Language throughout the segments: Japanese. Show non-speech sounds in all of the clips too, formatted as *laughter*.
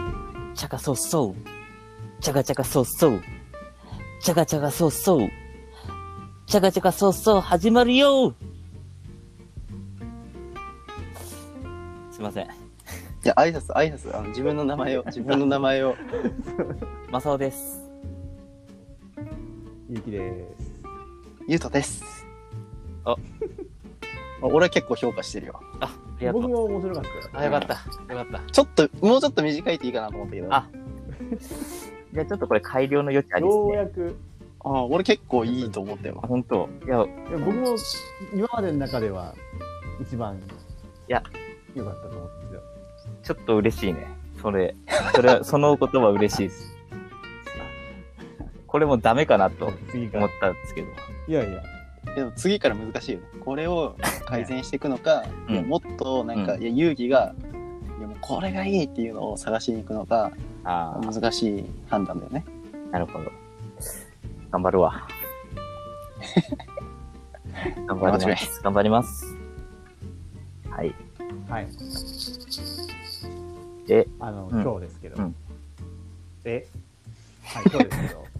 ャカソッソー。チャカチャカソッソー。チャカチャカソッソー。チャカチャカソッソー始まるよすいません。いや、挨拶、挨拶、あの自分の名 *laughs* 前を、自分の名前を。マサオです。ゆうきです。ゆうとです。ああ俺は結構評価してるよ。あ、ありがと僕う。も面白かったよ。あ、よかった。よかった。ちょっと、もうちょっと短いといいかなと思ったけど。あじゃあちょっとこれ改良の余地ありですようね。やく、あー俺結構いいと思ったよあ。本当。いや、いや僕も今までの中では一番や良かったと思ってたよ。ちょっと嬉しいね。それ、そ *laughs* れは、その言葉嬉しいです。これもダメかなと次か思らっ。たんですけど。いやいや、でも次から難しいよね。これを改善していくのか、うんいやもっとなんか、ういや、勇気が、いやもうこれがいいっていうのを探しに行くのか、ああ、難しい判断だよね。なるほど。頑張る *laughs* わ。頑張ります。頑張ります。はい。はい。え、あの、うん今日ですけど。うんえはい、今日ですけど。 *laughs*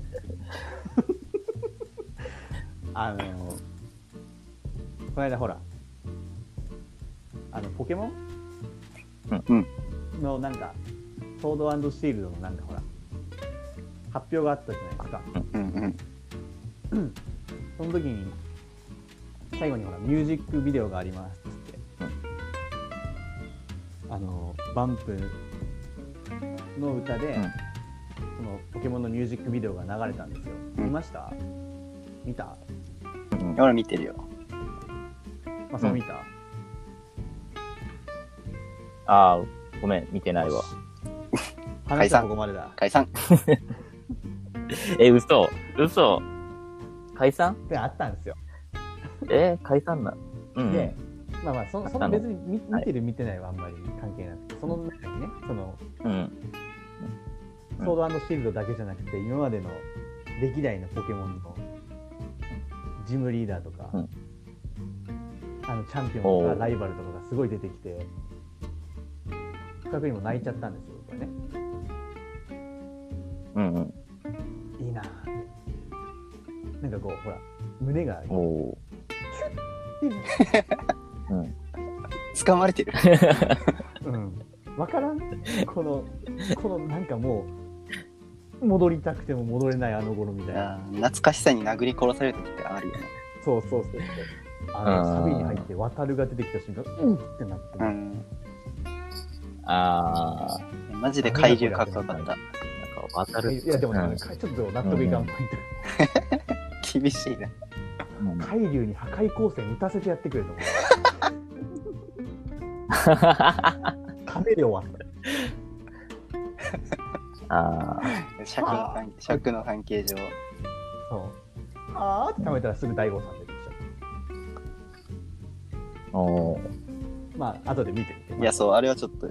あの、この間ほら、あの、ポケモンうんうんのなんか、ソードシールドのなんかほら、発表があったじゃないですか。うんうん。その時に、最後にほら、ミュージックビデオがありますっつって、あの、バンプの歌で、うんそのポケモンのミュージックビデオが流れたんですよ。うん見ました見たうん俺見てるよ。まあ、そう見た、ああ、ごめん、見てない *laughs* わ。話はここまでだ。解散。え、嘘嘘解散で、あったんですよ。え、解散な。うん。で、まあまあ、そのそあのったの別に見は見いてる見てないはあんまり関係なくて、その中にね、その、うん。うんソードシールドだけじゃなくて、今までの歴代のポケモンのジムリーダーとか、うんあのチャンピオンおとーかライバルとかがすごい出てきて、深くにも泣いちゃったんですよ、僕はね。うんうん。いいなぁってなんかこう、ほら、胸がおおー。うん。掴まれてる。うん、分からんこのこのなんかもう戻りたくても戻れないあの頃みたいなあー懐かしさに殴り殺される時ってあるよね。そうそうそうそうあのサビに入って渡るが出てきた瞬間うんってなって、うん。あー、マジで怪獣かっこよかっなんた。か渡る。いやでも、うんちょっと納得いかんポイント、厳しいな。うん海流に破壊光線打たせてやってくれと思う *laughs* ためで終わっあー尺の関係尺の関係上。たそうあーってためたらすぐ大悟さん出てきちゃおーうまあ後で見てみていや、そう、あれはちょっと、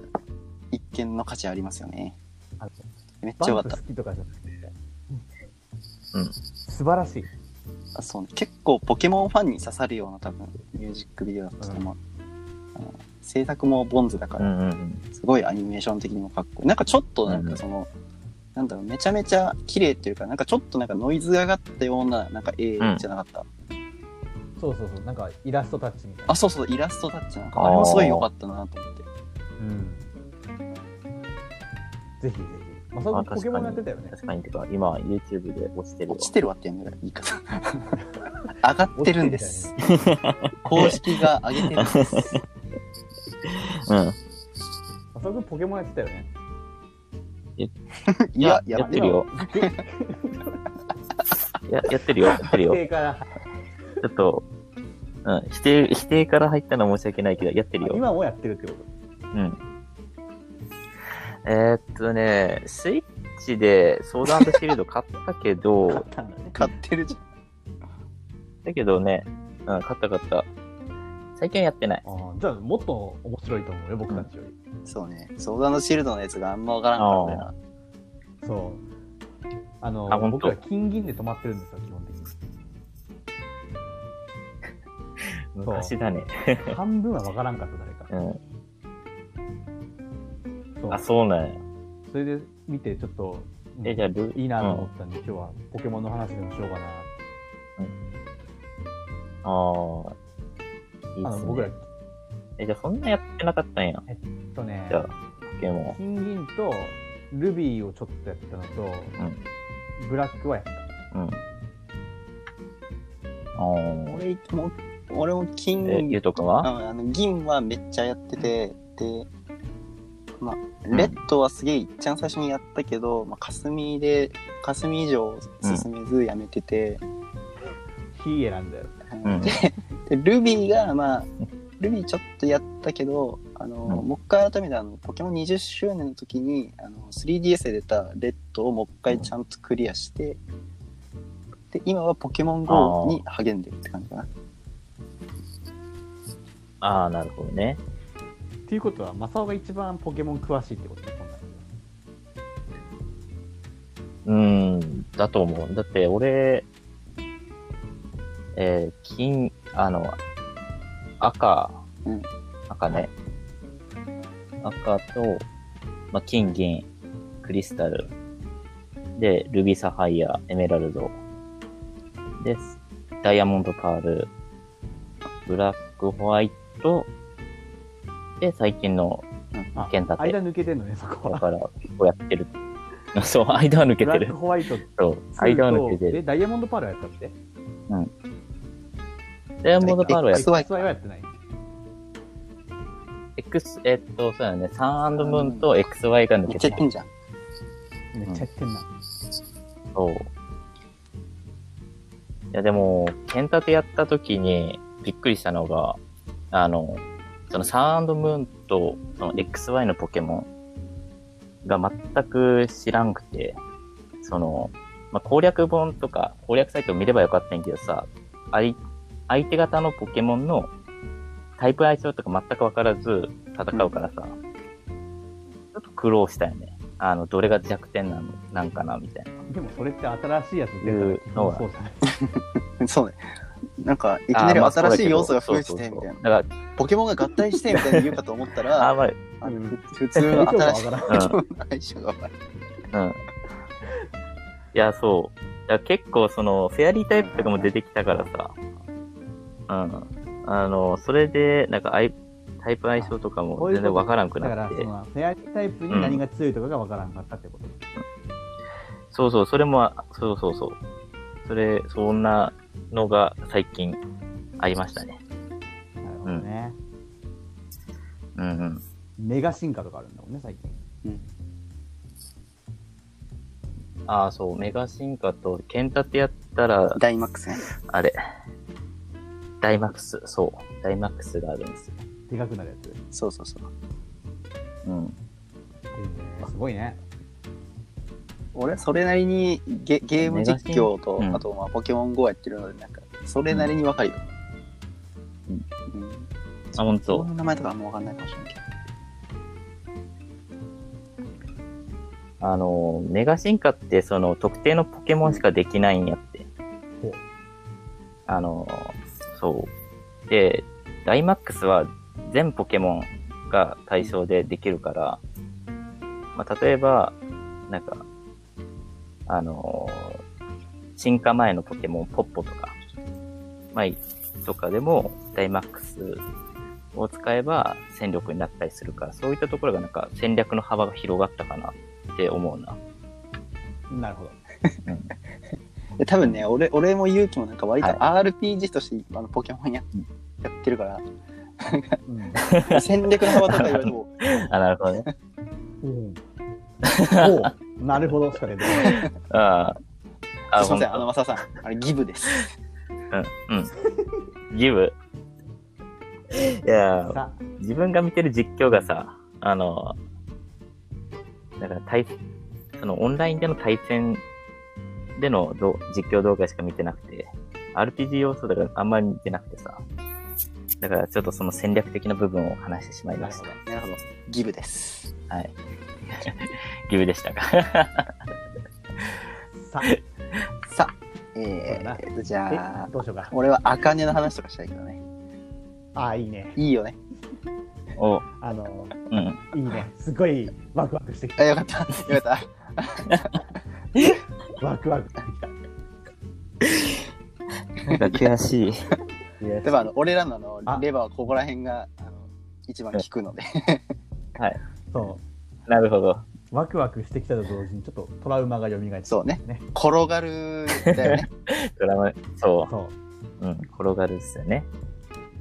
一見の価値ありますよね。あのめっちゃよバンプか好っきとかじゃなくて、うん素晴らしいた。あそうね結構、ポケモンファンに刺さるような、多分、ミュージックビデオだったと思う。あの制作もボンズだかうら、んうんすごいアニメーション的にもかっこいい。なんかちょっと、なんかその、なんだろう、めちゃめちゃ綺麗っていうか、なんかちょっとなんかノイズが上がったような、なんか絵じゃなかった。そうそうそうなんかイラストタッチみたいなあ、そうそう、イラストタッチなんか、あれもすごい良かったなと思って。うんぜひぜひ。まあ、そあうポケモンやってたよね。確かに、てか、今、YouTube で落ちてるわ落ちてるわっていうのが言い方。 *laughs* 上がってるんです。公式が上げてるんです。うん。まさくポケモンやってたよね。いや、ややっっててるるよ。よ。や、やってるよ。やってる *laughs* よ。家庭からちょっと、うん、否定、否定から入ったのは申し訳ないけど、やってるよ。今もやってるってこうと。ん。えーっとね、スイッチでソードアンドシールド買ったけ買どっ、 *laughs* たんだね。買ってるじゃん。だけどね、うん、買った買った。最近はやってない。あーじゃあ、もっと面白いと思うよ、僕たちより。そうね。ソーダのシールドのやつがあんまわからんから俺な。そう。あの、あほんと僕ら金銀で止まってるんですよ、基本的う昔だね。 *laughs* に。半分は分からんかった、誰か。うん。そうあ、そうなんや。それで見て、ちょっと、うんえ、じゃあ、ルいいなと思ったんで、今日はポケモンの話でもしようかな。ああ。いいあっの、す僕ら、ねえ。え、じゃあ、そんなやってなかったんや。っとねじ、ゃあ、ポケモ金銀とルビーをちょっとやったのと、ブラックはやった。ン。うん。ああ。俺も、俺も金え、ゆうとくんはああの銀はめっちゃやってて、で、まあ、レッドはすげえいっちゃん最初にやったけど、まあ、霞で、霞以上進めずやめてて、ヒーエランだよ。うんでで、ルビーが、まあ、ルビーちょっとやったけど、あの、うんもう一回改めてあの、ポケモン20周年の時に、あの、3DS で出たレッドをもう一回ちゃんとクリアして、で、今はポケモン GO に励んでるって感じかな。ああ、なるほどね。っていうことは、マサオが一番ポケモン詳しいってことね、こんなうーん、だと思う。だって、俺、えー金、あの、赤、うん赤ね。赤と、まあ、金、銀、クリスタル。で、ルビー、サファイア、エメラルド。です。ダイヤモンド、パール。ブラック、ホワイト。で、最近のあ、剣盾。間抜けてんのね、そこだは。から、こうやってる。 *laughs* そう、間は抜ブけラてックる。ホワイトそう、間は抜けて2と、るで、。ダイヤモンドパールはやったって。ダイヤモンドパールはやっ X は XY はやってない。 X、えっと、そうだよね、サンアンドムーンと XY が抜めっけちてゃやたってんじゃん。めっちゃやってんな。そう。いや、でも、剣立てやった時にびっくりしたのが、あの、そのサンアンドムーンとその XY のポケモンが全く知らんくて、その、まあ、攻略本とか攻略サイトを見ればよかったんやけどさ、相相手方のポケモンのタイプ相性とか全くわからず戦うからさ、ちょっと苦労したよね。あの、どれが弱点なの、なんかな、みたいな。でもそれって新しいやつ出たら基本そうじゃない。 *laughs* そうね。なんか、いきあなりーまあ新しい要素が増えてそうそうて、そうみたいな。だから、ポケモンが合体して、みたいに言うかと思ったら、あまあ、 *laughs* あのふ普通の新しいわからん。うん。 *laughs* 相性が悪い。うん。いや、そう。だから結構、その、フェアリータイプとかも出てきたからさ。うん。あの、それで、なんか、あいタイプ相性とかも全然わからんくだかなら、っそて。のフェアリータイプに何が強いとかがわからんかったってこと。そうそう、それも、あそうそうそう。それ、そんなのが最近ありましたね。なるほどね。うんうん。メガ進化とかあるんだもんね、最近。ああ、そう、メガ進化と、ケンタってやったら、ダイマックスね。あれ、ダイマックス、そう、ダイマックスがあるんですよ。でかくなるやつ。そうそうそう。うん。えーすごいね。俺、それなりにゲゲーム実況メと、ガシンうんあと、まあ、ポケモン GO やってるので、なんか、それなりにわかるよ。うんうん。あ、ほんそとの。名前とかあんまわかんないかもしれないけど。あの、メガ進化って、その、特定のポケモンしかできないんやってほう。あの、そう。で、ダイマックスは全ポケモンが対象でできるから、まあ、例えば、なんか、あの、進化前のポケモン、ポッポとか、まあ、とかでも、ダイマックスを使えば戦力になったりするから、そういったところがなんか戦略の幅が広がったかなって思うな。なるほど。で、多分ね、俺、俺も勇気もなんか割とは RPG として、あの、ポケモンや,、やってるから、うん戦略の幅とか言われても、あ、なるほどね。うん。おうなるほどしか出てこない。ああ。すいません、あほの、んマサさん、あれ、ギブです。とうん。うん。ギブ。いやー、さ自分が見てる実況がさ、あの、だから対、そのオンラインでの対戦でのど実況動画しか見てなくて、RPG 要素とかあんまり見てなくてさ、だからちょっとその戦略的な部分を話してしまいました。なるほど。ギブです。はい。 *laughs* ギブでしたか。ささあ、そうえだなー、じゃあえ、どうしようか。俺は、アカネの話とかしたいけどね。ああ、いいね。いいよね。お、あの、うん。いいね。すごいワクワクしてきあ、た。よかった。よかった。ワクワクしてきた。なんか悔しい。ででも、あの、俺らのああのレバーはここら辺が、あの、一番効くので。そ *laughs* なるほど。う、ワクワクしてきたと同時に、ちょっとトラウマが蘇ってきたそうねね。転がるだ *laughs* よね。ドラマ、そそう、う。うん。転がるっすよね。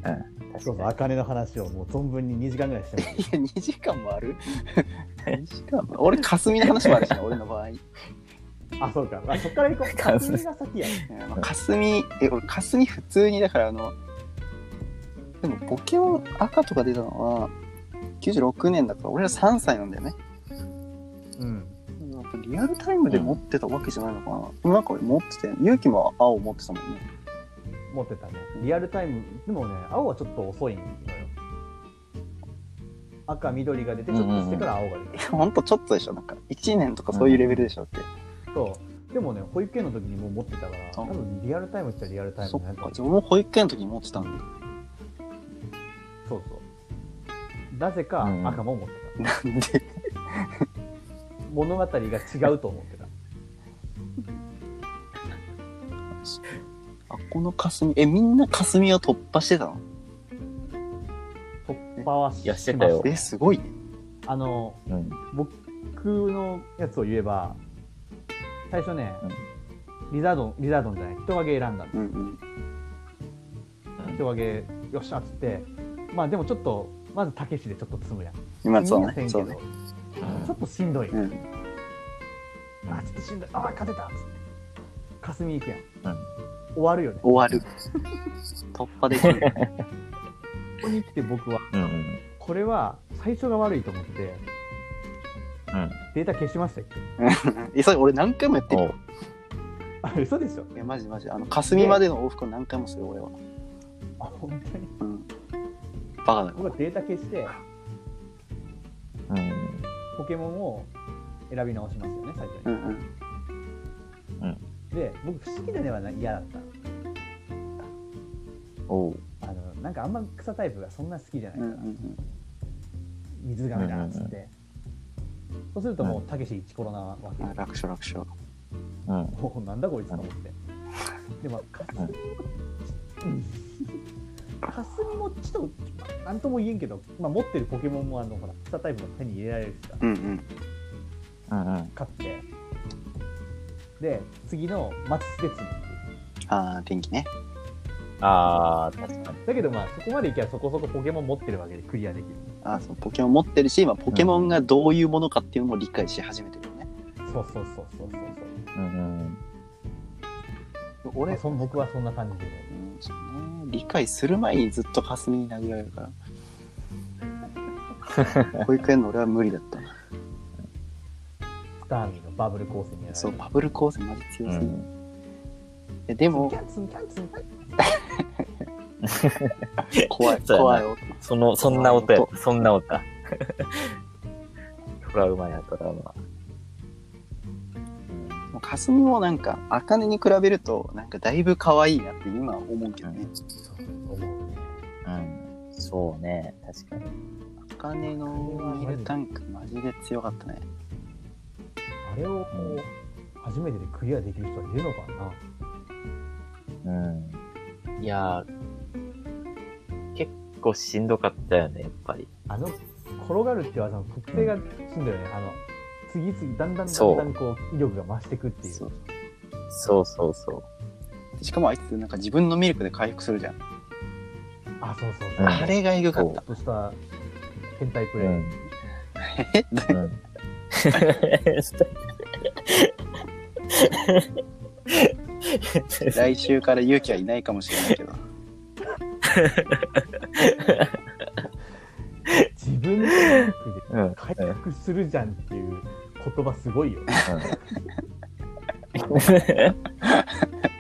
うん。確そうそう、かあかねの話をもう存分に2時間ぐらいしてま *laughs* いや、2時間もあ *laughs* る ?2 時間も俺、霞の話もあ *laughs* るしな、俺の場合。す。あ、そうか。あ、そっから行こう。感確想認が先や。うんまあ霞、え、俺、霞普通に、だからあの、でも、ポケモン赤とか出たのは、96年だから、俺ら3歳なんだよね。うん。やっぱリアルタイムで持ってたわけじゃないのかな。でもなんか俺持ってたよ。勇気も青持ってたもんね。 *laughs* 持ってたね。リアルタイム、でもね、青はちょっと遅いのよ。赤、緑が出て、ちょっとしてから青が出て。ほんとちょっとでしょ、なんか。1年とかそういうレベルでしょって。そう。でもね、保育園の時にもう持ってたから、多分リアルタイムっちゃリアルタイそムっなんかだ。自分も保育園の時に持ってたんだ。 *laughs* そうそう。なぜかうん赤も持ってなんで。た。物語が違うと思ってた。あ、この霞、え、みんな霞を突破してたの突破はしいやまししてたよたえ、すごいね。あの、に。うん。僕のやつを言えば、最初ねうん、リザードン、リザードンじゃない、人影選んだの。うんうん。人影、よっしゃっつって、まあでもちょっと、まずたけしでちょっと積むやん。今、そう見えせね。んけそどうね。ちょっとしんどい。うん。あ、ちょっとしんどい。あ、勝てたっつって。霞行くやん。うん終わるよね。こ終わる。突破できる。こに来て僕は、うんうん。これは最初が悪いと思って、うん。データ消しましたっけ *laughs* え、それ俺何回もやってるおよ。あ、嘘でしょいや、マジマジ。あの、霞までの往復何回もする俺は。あ、本当に。うん。バカだか僕はデータ消して、うん。ポケモンを選び直しますよね、最初ら。うに。んうん。で、僕、不思議でねはな嫌だったのおう。あの、なんかあんま草タイプがそんな好きじゃないうんかうら、んうん。水がめだっつうんっうんて。そうするともう、たけし一コロなわけ。あ楽勝楽勝。うん。もうなんだこいつと思って。でも、かすみも、かすみもちょっと、なんとも言えんけど、まあ、持ってるポケモンもあの、ほら、草タイプも手に入れられるしさ、うんうん。うんうん。勝って。で、次のマチスで積むっていうああ、天気ね。あー、確かに。だけどまあ、そこまでいけばそこそこポケモン持ってるわけでクリアできる。あそうポケモン持ってるし今ポケモンがどういうものかっていうのも理解し始めてるよね、そうそうそうそうそうそうう。んうん。ま俺あ、そん僕はそんな感じでね。うんそうね、理解する前にずっと霞に殴られるから *laughs* 保育園の俺は無理だったなスターミーのバブル構成にやられる。そうバブル構成マジ強うすぎる、んえでもキャンツンキャンツンキャンツン *laughs* 怖いそうやな怖い音その、そんな音や、そんな音。 *laughs* トラウマや、トラウマ。もう霞もなんか茜に比べるとなんかだいぶ可愛いなって今は思うけどね、そう思うね。うん。そうね、確かに。茜のミルタンクマジで強かったねあれをこう、初めてでクリアできる人はいるのかうなん。いやー、結構しんどかったよね、やっぱり。あの転がるって技の特性がしんどいよね、あの次々だんだんだそんうだんこう威力が増していくっていうそうそうそうそう。しかもあいつなんか自分のミルクで回復するじゃん、あそうそうそうう、んあれがエグかっそうたちょっとした変態プうレイ、ん。え *laughs* うん。 *laughs* 来週から勇気はいないかもしれないけど。自分の能力でうん。うん回復するじゃんっていう言葉すごいよ、ね、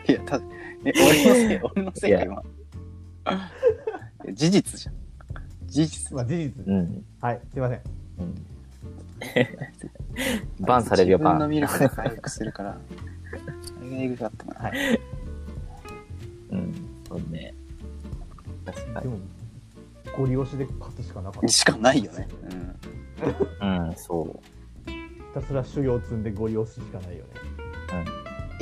いや、たえ俺の *laughs* せい、俺のせいか、い今。いや事実じゃん。事実ま。あ事実うん。はいすいませんうんバンされるよ、自バ分のン。ミルクで回復するから。あれがエグかったな。うん。そうね。確かでに。もゴリ押しで勝つしかなかった。しかないよね。うん。うん、そう。ひたすら修行積んでゴリ押ししかないよね。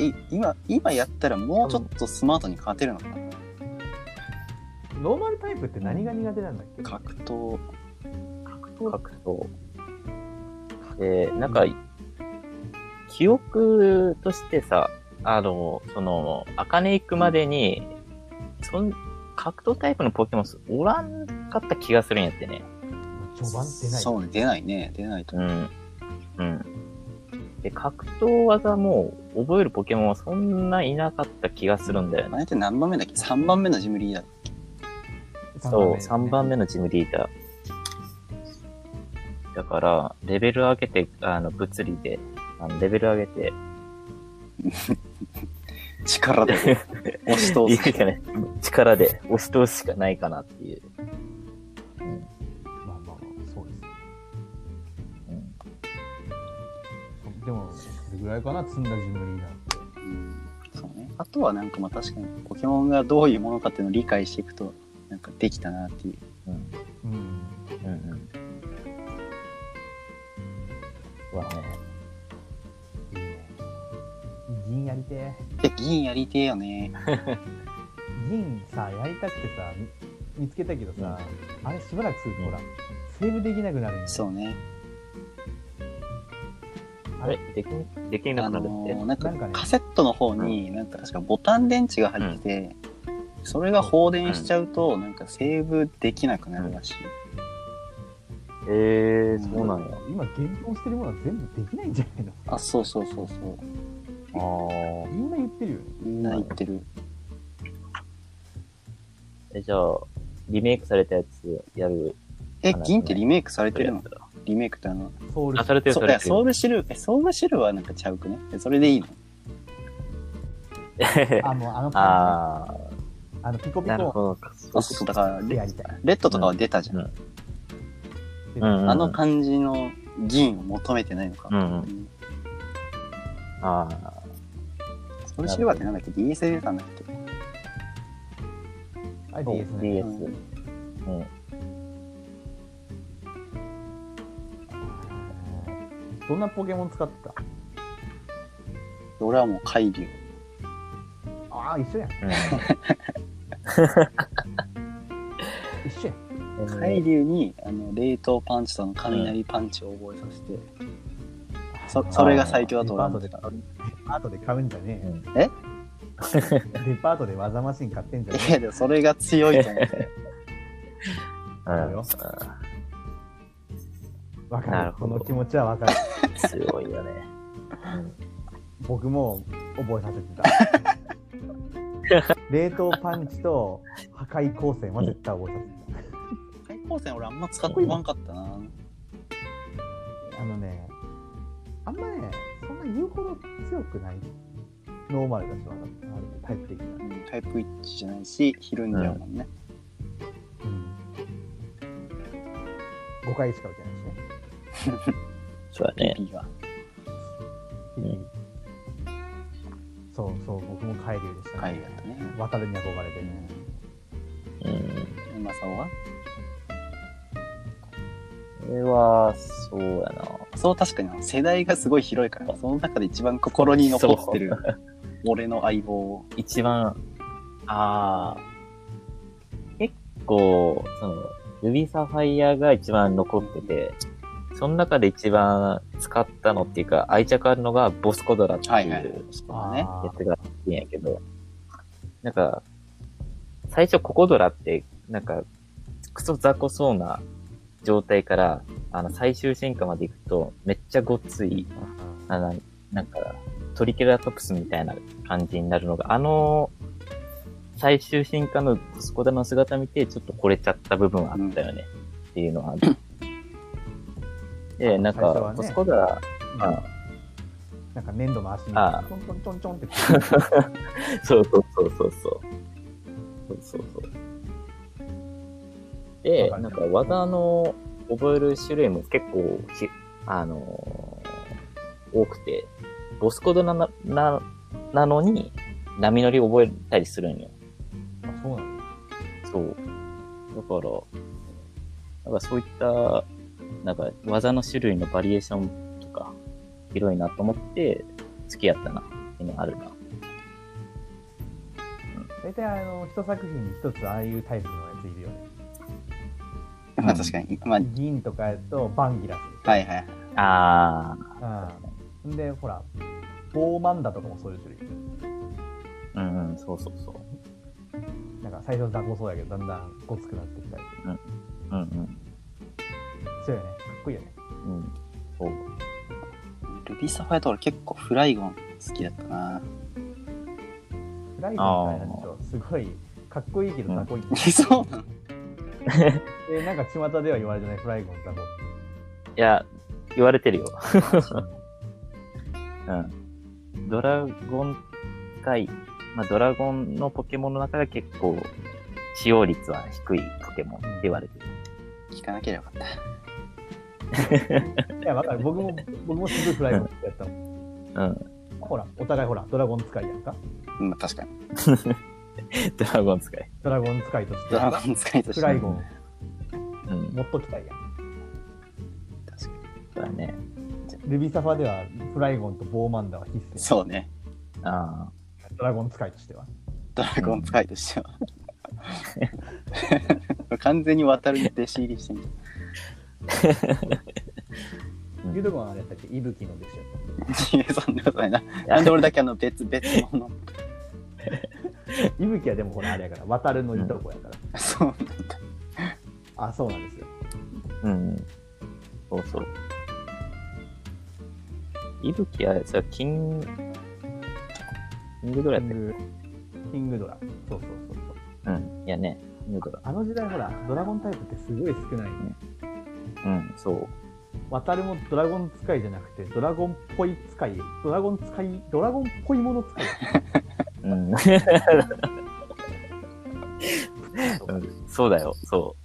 え、今、今やったらもうちょっとスマートに勝てるのかなノーマルタイプって何が苦手なんだっけ格闘。格闘。で、なんか、記憶としてさ、あの、その、アカネ行くまでに、そん、格闘タイプのポケモンおらんかった気がするんやってね。序盤出ない。そうね、出ないね。出ないとう。ん。うん。で、格闘技も覚えるポケモンはそんないなかった気がするんだよね。あれって何番目だっけ ?3 番目のジムリーダー。そう、3番目のジムリーダー。だから、レベル上げて、あの、物理で、あのレベル上げて、力で押し通いす。うかね、力で押し通すしかないかなっていう。うん目。まあまあまあ、そうですね。うんでも、それぐらいかな、積んだジムリーダー。うんそうね。あとはなんかまあ確かにポケモンがどういうものかっていうのを理解していくと、なんかできたなっていう。うん。うんうん。うわね。いいね。銀やりてえ。え、銀やりてえよね。銀さ、やりたくてさ、み見つけたけどさ、あれしばらくするとほら、セーブできなくなるんだよ。そうね。あれでき、できなあくなるのって。ーなんかなんかねカセットの方に、なんか確かボタン電池が入ってて、それが放電しちゃうと、なんかセーブできなくなるらしい。ええーー、そそううななんんもう今、現存してるものは全部できないんじゃないのあ、そうそうそうそう。や。あみんな言ってるよね。みんな言ってる。あ。え、じゃあ、リメイクされたやつやる。え、話銀ってリメイクされてるのそれやっリメイクってあの、ソたウルらあ、されてる、そさういれやてソウる。ルシル、えソウルシルはなんかちゃうくねえそれでいいのあ、もうあの *laughs* 感あじ、あのピコー、ピなるコほど。そうそうそう、だからでレ、やりたい。レッドとかは出たじゃん。うんでうんうんあの感じの銀を求めてないのか。うんうんんああ。ソウルシルバーってなんだっけ ?DS で出たんだっけあれそう DS ね。 DS うんうん。どんなポケモン使ってた俺はもう海流。ああ、一緒やん。一緒やん。うん。海流に、あの、冷凍パンチとの雷パンチを覚えさせて、そそれが最強だと俺は思ってた。デパートで買うんじゃねえ *laughs* よえよ。デパートで技マシン買ってんじゃねいや、でもそれが強いと *laughs* 思って。うん。え。わかなるる。こほどの気持ちはわかる。 *laughs* 強いよね。僕も覚えさせて *laughs* た。冷凍パンチと破壊光線は絶対覚えさ海光線俺あんま使ってこなかったな。せてた。あのね、あんまね、そんな言うほど強くない。ノーマルだし、わかるタイプ的な。うんタイプ1じゃないし、ひるんじゃうもんね。うん5回しか打てないしね。そうだね。 P が。うんそうそう、僕も海流でした海流ね。だったね。渡るに憧れてね。うん。うまさおはこれは、そうやな。そう確かに世代がすごい広いからその中で一番心に残ってる *laughs* 俺の相棒一番、ああ、結構、その、ルビーサファイアが一番残ってて、その中で一番使ったのっていうか、愛着あるのがボスコドラってはいいはいうそこはねやつが好きやけど、なんか、最初ココドラって、なんか、クソ雑魚そうな状態から、あの、最終進化まで行くと、めっちゃごっつい、あの、なんか、トリケラトプスみたいな感じになるのが、あの、最終進化のコスコダの姿見て、ちょっと惚れちゃった部分はあったよね、っていうのはある。で、なん最初はかね、コスコダ、あなんか粘土回しああに、ちょんちょんちょんちょんって。そうそうそうそうそう。そうそうそう。で、わかるなんか技の覚える種類も結構ひ、あのー多くて、ボスコードなな、な、なのに、波乗り覚えたりするんよ。あそうなのそう。だかから、なんかそういった、なんか技の種類のバリエーションとか、広いなと思って、付き合ったな、っていうのはあるな。大体あの一作品に一つああいうタイプのやついるよねまあ確かに。まあ、銀とかやとバンギラスでしょはいはいはい。あうん、でほらボーマンダとかもそういう種類あ、うんうん、そうそうそう。なんか最初雑魚そうやけどだんだんごつくなってきたりうんうん。そうよねかっこいいよねうん、そう。ルビーサファイアとか俺結構フライゴン好きだったな。 *laughs* フライデーみたいな人すごいかっこいいけど雑魚い、そうなのえなんか巷では言われてないフライゴン雑い魚や、言われてるよ。 *laughs* うん。ドラゴン界、まあ、ドラゴンのポケモンの中で結構、使用率は低いポケモンって言われてる。聞かなければよかっいやわかる僕も僕もすごいフライゴンやったのうん。ほらお互いほらドラゴン使いやんかた。うん、まあ確かに。 *laughs* ドラゴン使い。ドラゴン使いとしドてラゴン使いとして。フライゴンうん。持っときたいやん確かに。だね。ルビサファではフライゴンとボーマンダは必須やそうね。あんドラゴン使いとしてはドラゴン使いとしては。完全に渡るに弟子入りしてみた。ゆうとくんはあれやったっけ伊吹の弟子やったいやそんなことないな。あ。なんで俺だけあの別、別物。伊吹はでもほらあれやから渡るのいとこやから、そうなんだ。あそうなんですようん。そうそう。いぶきは、さ、キン、キングドラキやンったっグキングドラそうそうそうそうけうん。いやね。キングドラ。あの時代ほらドラゴンタイプってすごい少ないうん、そう。渡るもドラゴン使いじゃなくてドラゴンっぽい使いドラゴン使いドラゴンっぽいもの使いうん。そうだよ、そ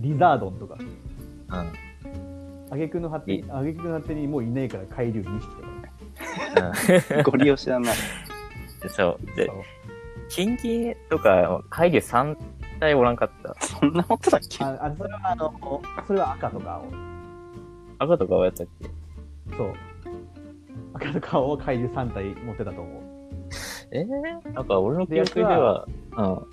リザードンとかう。うん。挙句の果てに挙句の果てにもういないから海流2匹とかご利用しだな。そう。でそ、う金銀とか、海流3体おらんかった。そんなことだっけああそれはあのそれは赤とか青赤とかはやったっけそう赤とか青は海流3体持ってたと思うえー、なんか俺の記憶では、うん。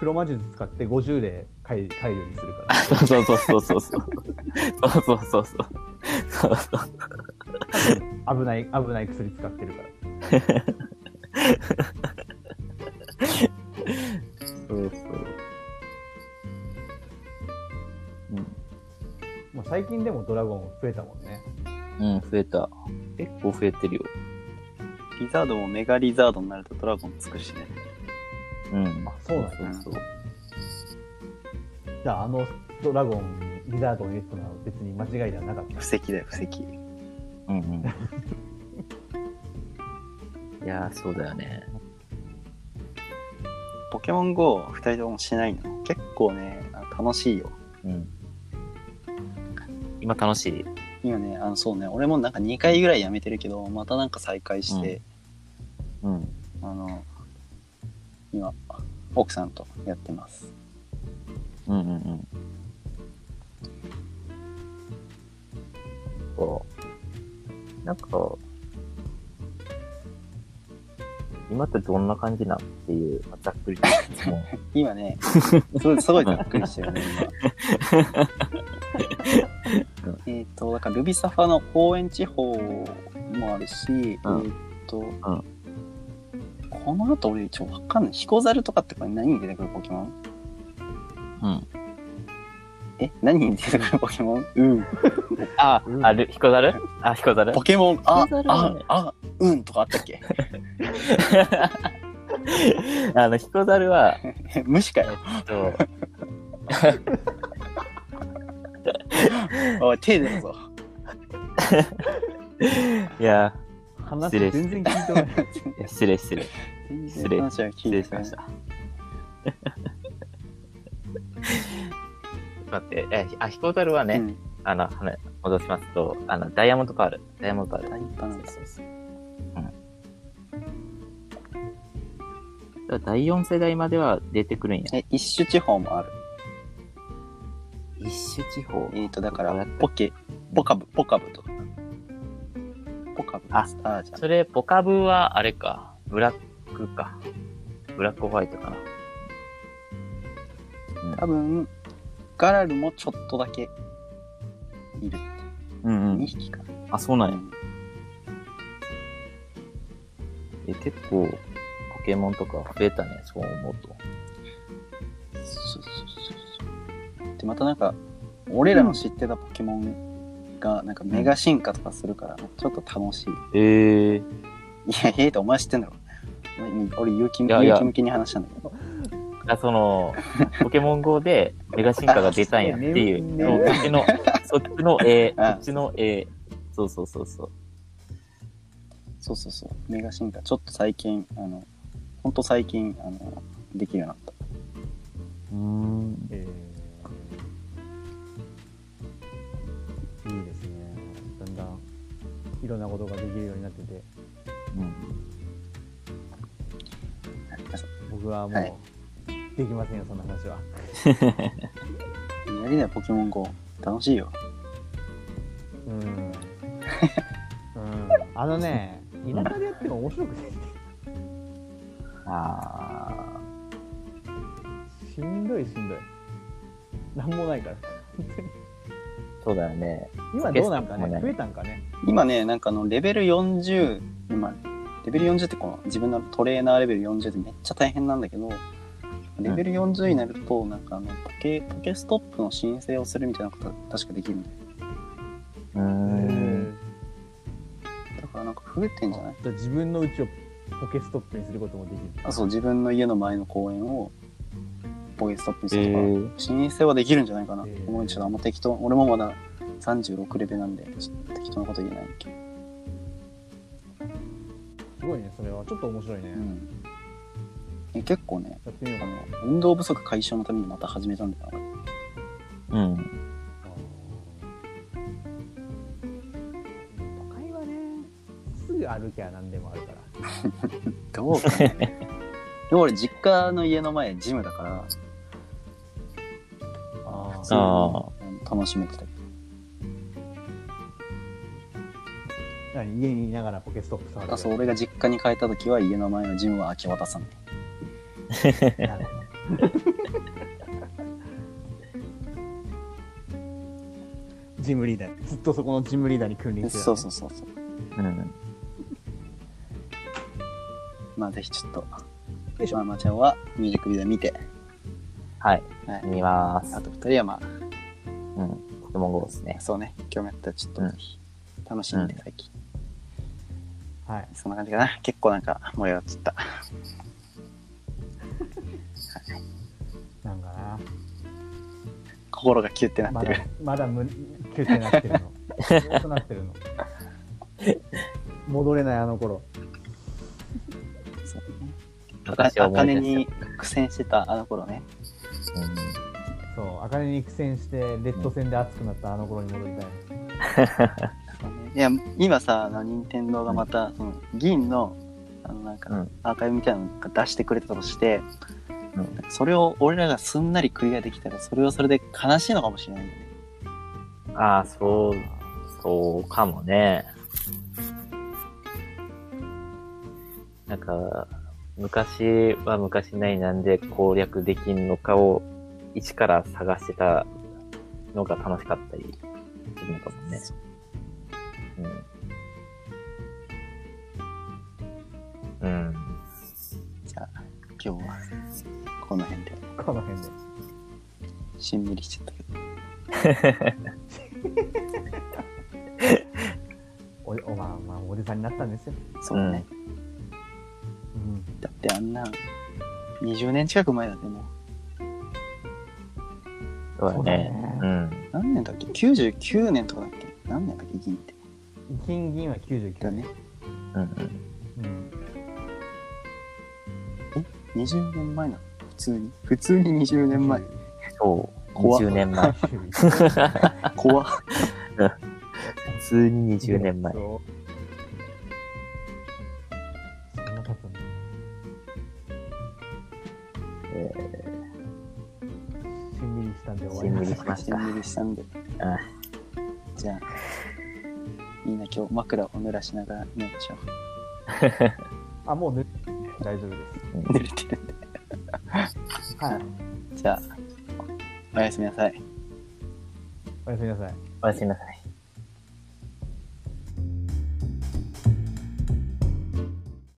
黒魔術使って50で海海流にするからそうそうそうそうそう。そうそうそうそう。そうそう。危ない危ない薬使ってるからそうそう。もう最近でもドラゴン増えたもんねうん、うん、増えた。結構増えてるよ。リザードもメガリザードになるとドラゴンつくしね。うん。あそうなんだそうそう。じゃああのドラゴンにリザードンを入れてたのは別に間違いではなかった布石だよ、布石。うんうん。いやー、そうだよね。ポケモン GO を二人ともしないの。結構ね、あの楽しいよ。うん。今楽しい。今ね、あの、そうね、俺もなんか2回ぐらいやめてるけど、またなんか再開して、うん。あの、今、奥さんとやってます。うんうんうん。そう。なんか、今ってどんな感じなんっていう、まあざっくりと。も今ね、すごいすごいざっくりしてる *laughs* ね、今うん。えっと、だからルビサファの公園地方もあるし、えっと、この後俺ちょっとわかんない。ヒコザルとかってこれ何に出てくるポケモン *laughs* ううん。え何に出てくるポケモンうん。あう、んある、ヒコザルあ、ヒコザルポケモン、あヒコザ、ルあ、あ、うんとかあったっけ *laughs* あの、ヒコザルは、無視かよ。えっと、おい、手出るぞ。いや、失話礼全然聞いてないいや失礼失礼。全失礼然話は聞失い礼てしくれまないし。 *laughs* た。待って、え、あ、ヒコザルはね、うんあの、話戻しますと、あの、ダイヤモンドパール。ダイヤモンドパール。大パなんですよ。だから第4世代までは出てくるんや。え、一種地方もある。一種地方えっ、ー、と、だかどうやっ、らポケ、ポカブ、ポカブとか。ポカブ、あスターじゃん。それ、ポカブはあれか。ブラックか。ブラックホワイトかな。多分、ガラルもちょっとだけいる。うん2。匹か。あ、そうなんや。え、結構、ポケモンとか増えたね、そう思うと。そうそうそうそう。で、またなんか、俺らの知ってたポケモンが、なんかメガ進化とかするから、ちょっと楽しい。ええいや、ええと、お前知ってんだろ。お前俺、勇気、いやいや勇気向きに話したんだけど。あ、その、 *laughs* ポケモン GO でメガ進化が出たんやって *laughs* いう。ねそうそっ *laughs* ちの、そっちの絵、そあっちの絵。そうそうそうそう。そうそうそう。メガ進化。ちょっと最近、あの、ほんと最近、あの、できるようになっうん。えーいいですね。だんだんいろんなことができるようになってて、僕はもう、はいできませんよ、そんな話は。た。やりなよ、ポケモン GO。楽しいよ。うん。うん、あのね、田舎でやっても面白くない。ああ。しんどいしんどい。なんもないから。そうだよね。今どうなんかゲストもねね、増えたんかね。今ね、なんかあの、レベル40、今、レベル40ってこの、自分のトレーナーレベル40ってめっちゃ大変なんだけど、レベル40になると、なんかあの、ポケ、ポケストップの申請をするみたいなこと確かできるんだよ。うへん。ーだからなんか増えてんじゃないじゃあ自分の家をポケストップにすることもできる。あ、そう、自分の家の前の公園を、ポケストップにすえるとか。ー、申請はできるんじゃないかな。えーごめん、ちょっとあんま適当。俺もまだ36レベルなんで、ちょっと適当なこと言えないけど。すごいね、それは。ちょっと面白いね。うん。え結構ね、やってみようあかな。の、運動不足解消のためにまた始めたんだよな。うん。都会はね、すぐ歩きゃ何でもあるから。ど *laughs* うかな。でも俺、実家の家の前、ジムだから、あ普通にああ。あの楽しめてたけ家にいながらポケストップ触るど。あ、そう、俺が実家に帰った時は、家の前のジムは明け渡さない。なるほど *laughs* ジムリーダーずっとそこのジムリーダーに君臨する、そうそうそうそう。うん。まあ、ぜひちょっと、よいしょまあまあちゃんはミュージックビデオ見て、はい。はい。見まあす。と二人はまうん。ポケモン GO ですねあ、。そうね、興味あったらちょっとうんぜひ、楽しんで最近。はいそんな感じかな。結構なんか盛り上がっちゃった。なんかな心がキュッてなっまて *laughs* だる。まだむキュッて *laughs* なってるのキュッとなってるの戻れないあの頃そうね昔はあ思いか出ねしに苦戦してたあの頃ね。た。うんそう茜に苦戦してレッド戦で熱くなったあの頃に戻りたいそうねいや、今さ、あの、任天堂がまた、その、銀の、あの、なんかうん、アーカイブみたいなのが出してくれたとして、うんなんかそれを俺らがすんなりクリアできたら、それはそれで悲しいのかもしれないよね。ああ、そう、そうかもね。なんか、昔は昔なりなんで攻略できんのかを一から探してたのが楽しかったりするのかもね。うん。うん。じゃあ、今日は、この辺で、この辺でしんみりしちゃったけど。おおまあまあおじさんになったんですよ、 *laughs* そうね。うん、だってあんな、20年近く前だね、もう。そうだね。そううだん。何年だっけ ?99 年とかだっけ何年だっけ銀って。金銀は99だね。うんうん。うん、 20年前なの普通に。普通に20年前。そう。怖っ20年 *laughs* *laughs* 前。怖っ。普通に20年前。そうそんな経つんだえーしんみりしたねで終わしりんまみりし。したました。無理したんで。じゃあ、みんな今日枕を濡らしながら寝ましょあ、もう寝大丈夫でう。濡れてるんで。す。はい。じゃあ、おやすみなさい。おやすみなさい。おやすみなさい。